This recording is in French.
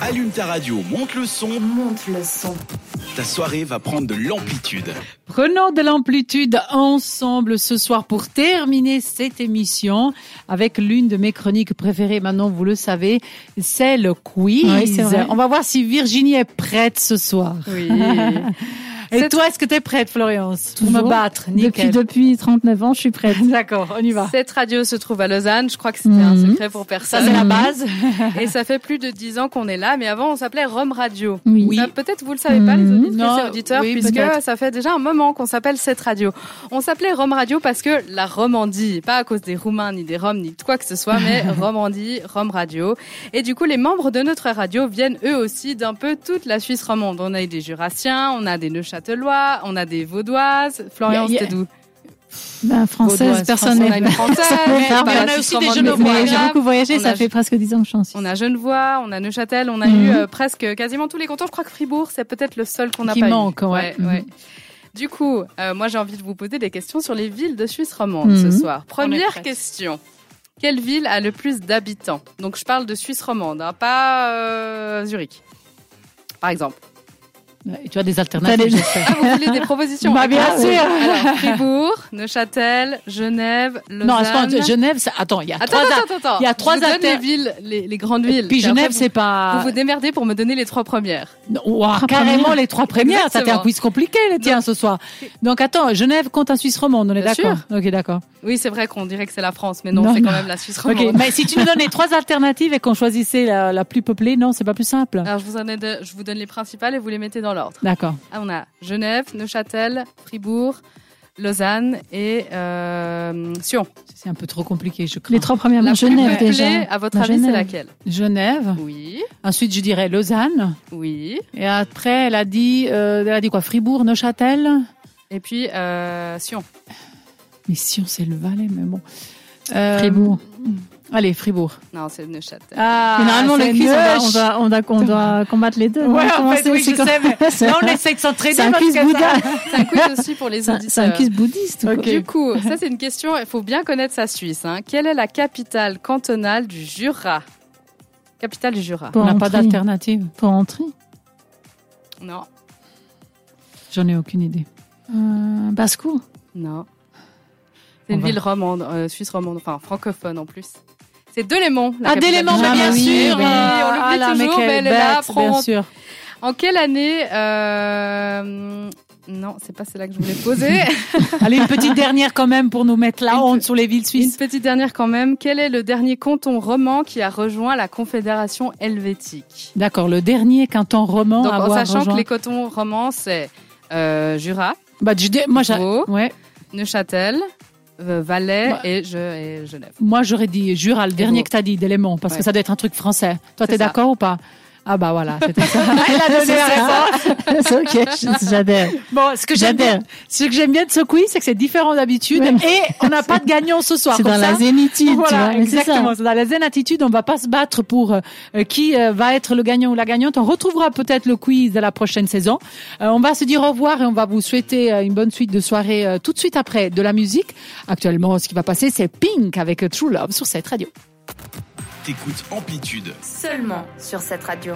Allume ta radio, monte le son, Monte le son. ta soirée va prendre de l'amplitude. Prenons de l'amplitude ensemble ce soir pour terminer cette émission avec l'une de mes chroniques préférées. Maintenant, vous le savez, c'est le quiz. Oui, c'est vrai. On va voir si Virginie est prête ce soir. Oui. Et C'est- toi, est-ce que tu es prête, Florence, pour me Toujours. battre depuis, Nickel. Bah, depuis 39 ans, je suis prête. D'accord, on y va. Cette radio se trouve à Lausanne. Je crois que c'était un Mhm. secret pour Ça, personne. c'est la base. Et ça fait plus de dix ans qu'on est là. Mais avant, on s'appelait Rome Radio. Oui. Ça, Peut-être vous le savez pas, les Mhm. auditrices et Non, auditeurs, oui, peut-être. puisque ça fait déjà un moment qu'on s'appelle cette radio. On s'appelait Rome Radio parce que la Romandie, pas à cause des Roumains, ni des Roms, ni de quoi que ce soit, mais Romandie, Rome Radio. Et du coup, les membres de notre radio viennent eux aussi d'un peu toute la Suisse romande. On a des Jurassiens, on a des Neuchâtelois, on a des Vaudoises. Florian, Il y a- c'était d'où Ben, française, Vaudoise, personne On a une n'aime. Française, Mais par on la a Suisse aussi des romande, Genevois. mais c'est Mais pas j'ai grave. beaucoup voyagé, On a- ça fait presque 10 ans que je suis en Suisse. On a Genevois, on a Neuchâtel, on a Mhm. eu euh, presque quasiment tous les cantons. Je crois que Fribourg, c'est peut-être le seul qu'on n'a Qui pas eu. manque, ouais. Mhm. ouais. Du coup, euh, moi j'ai envie de vous poser des questions sur les villes de Suisse romande ce Mhm. soir. Première question. Quelle ville a le plus d'habitants Donc je parle de Suisse romande, hein, pas euh, Zurich. Par exemple. Et Tu as des alternatives. T'as des- j'espère. Ah, vous voulez des propositions Bah, bien Ah, sûr. oui. Alors, Fribourg, Neuchâtel, Genève, Lausanne. Non, attends, Genève, ça- attends, il y a Attends, trois. attends, attends, attends. il y a trois je vous donne inter- les villes, les, les grandes villes. Puis Et après, Genève, vous- c'est pas. Vous vous démerdez pour me donner les trois premières. Non, ouah, Trois carrément premières. les trois premières. Ça fait un Exactement. quiz compliqué, les tiens, ce soir. Donc attends, Genève compte un Suisse romande, on est Bien d'accord Ok, d'accord. Oui, c'est vrai qu'on dirait que c'est la France, mais non, Non, c'est non. quand même la Suisse Ok, romande. mais si tu nous donnes les trois alternatives et qu'on choisissait la, la plus peuplée, non, c'est pas plus simple. Alors, je vous, en ai deux- je vous donne les principales et vous les mettez dans l'ordre. D'accord. Ah, on a Genève, Neuchâtel, Fribourg, Lausanne et euh, Sion. C'est un peu trop compliqué, je crois. Les trois premières, La ben, plus Genève peuplée, déjà. euh, à votre Ben, avis, c'est Genève. laquelle Genève. Oui, Ensuite, je dirais Lausanne. oui. Et après, elle a dit, euh, elle a dit quoi Fribourg, Neuchâtel. Et puis euh, Sion. Mais si on sait le Valais, mais bon. Euh, Fribourg. Allez, Fribourg. Non, c'est Neuchâtel. Ah, Mais normalement, c'est le quiz, on va- on nul. doit, on doit, on doit combattre les deux. non Ouais, en Comment fait, c'est- oui, c'est je comme- sais, mais c'est là, on un- essaie de s'entraider c'est un parce quiz que ça... Bouddha. C'est un quiz aussi pour les C'est un- auditeurs. C'est un quiz bouddhiste. quoi. Ok. Du coup, ça c'est une question, il faut bien connaître sa Suisse. Hein. Quelle est la capitale cantonale du Jura Capitale du Jura. Pour On n'a pas entrer. d'alternative. Pour entrer. Non, J'en ai aucune idée. Euh, Basse-Cour. non. C'est On une va- ville romande, euh, suisse romande, enfin francophone en plus. C'est Delémont. la Ah, capitale d'éléments, du mais Jura. bien Ah, mais oui, sûr. mais- euh, on l'oublie ah là, mais toujours, quelle mais elle est là, bête, prends- bien sûr. En quelle année euh, Non, c'est pas celle-là que je voulais poser. Allez, une petite dernière quand même pour nous mettre la Une honte sur les villes une suisses. petite dernière quand même. Quel est le dernier canton roman qui a rejoint la Confédération helvétique D'accord, le dernier canton roman Donc, à en avoir sachant rejoint. que les cotons romans, c'est euh, Jura, Bah, je dis- moi, j'a- Vaud, ouais. Neuchâtel, euh, Valais Bah. et, Je- et Genève. Moi, j'aurais dit Jura, le dernier vous. que t'as dit, d'éléments, parce Ouais. que ça doit être un truc français. Toi, C'est t'es ça. d'accord ou pas Ah bah voilà, c'était ça. C'est ça. C'est ok, je- j'adhère. Bon, ce que j'aime J'adhère. bien, ce que j'aime bien de ce quiz, c'est que c'est différent d'habitude Ouais. et on n'a pas de gagnant ce soir. C'est Comme dans ça, la zénitude, tu Voilà, vois. mais c'est ça. exactement. C'est Dans la zen attitude, on va pas se battre pour euh, euh, qui euh, va être le gagnant ou la gagnante. On retrouvera peut-être le quiz à la prochaine saison. Euh, on va se dire au revoir et on va vous souhaiter euh, une bonne suite de soirée euh, tout de suite après de la musique. Actuellement, ce qui va passer, c'est Pink avec euh, True Love sur cette radio. T'écoutes Amplitude. Seulement sur cette radio.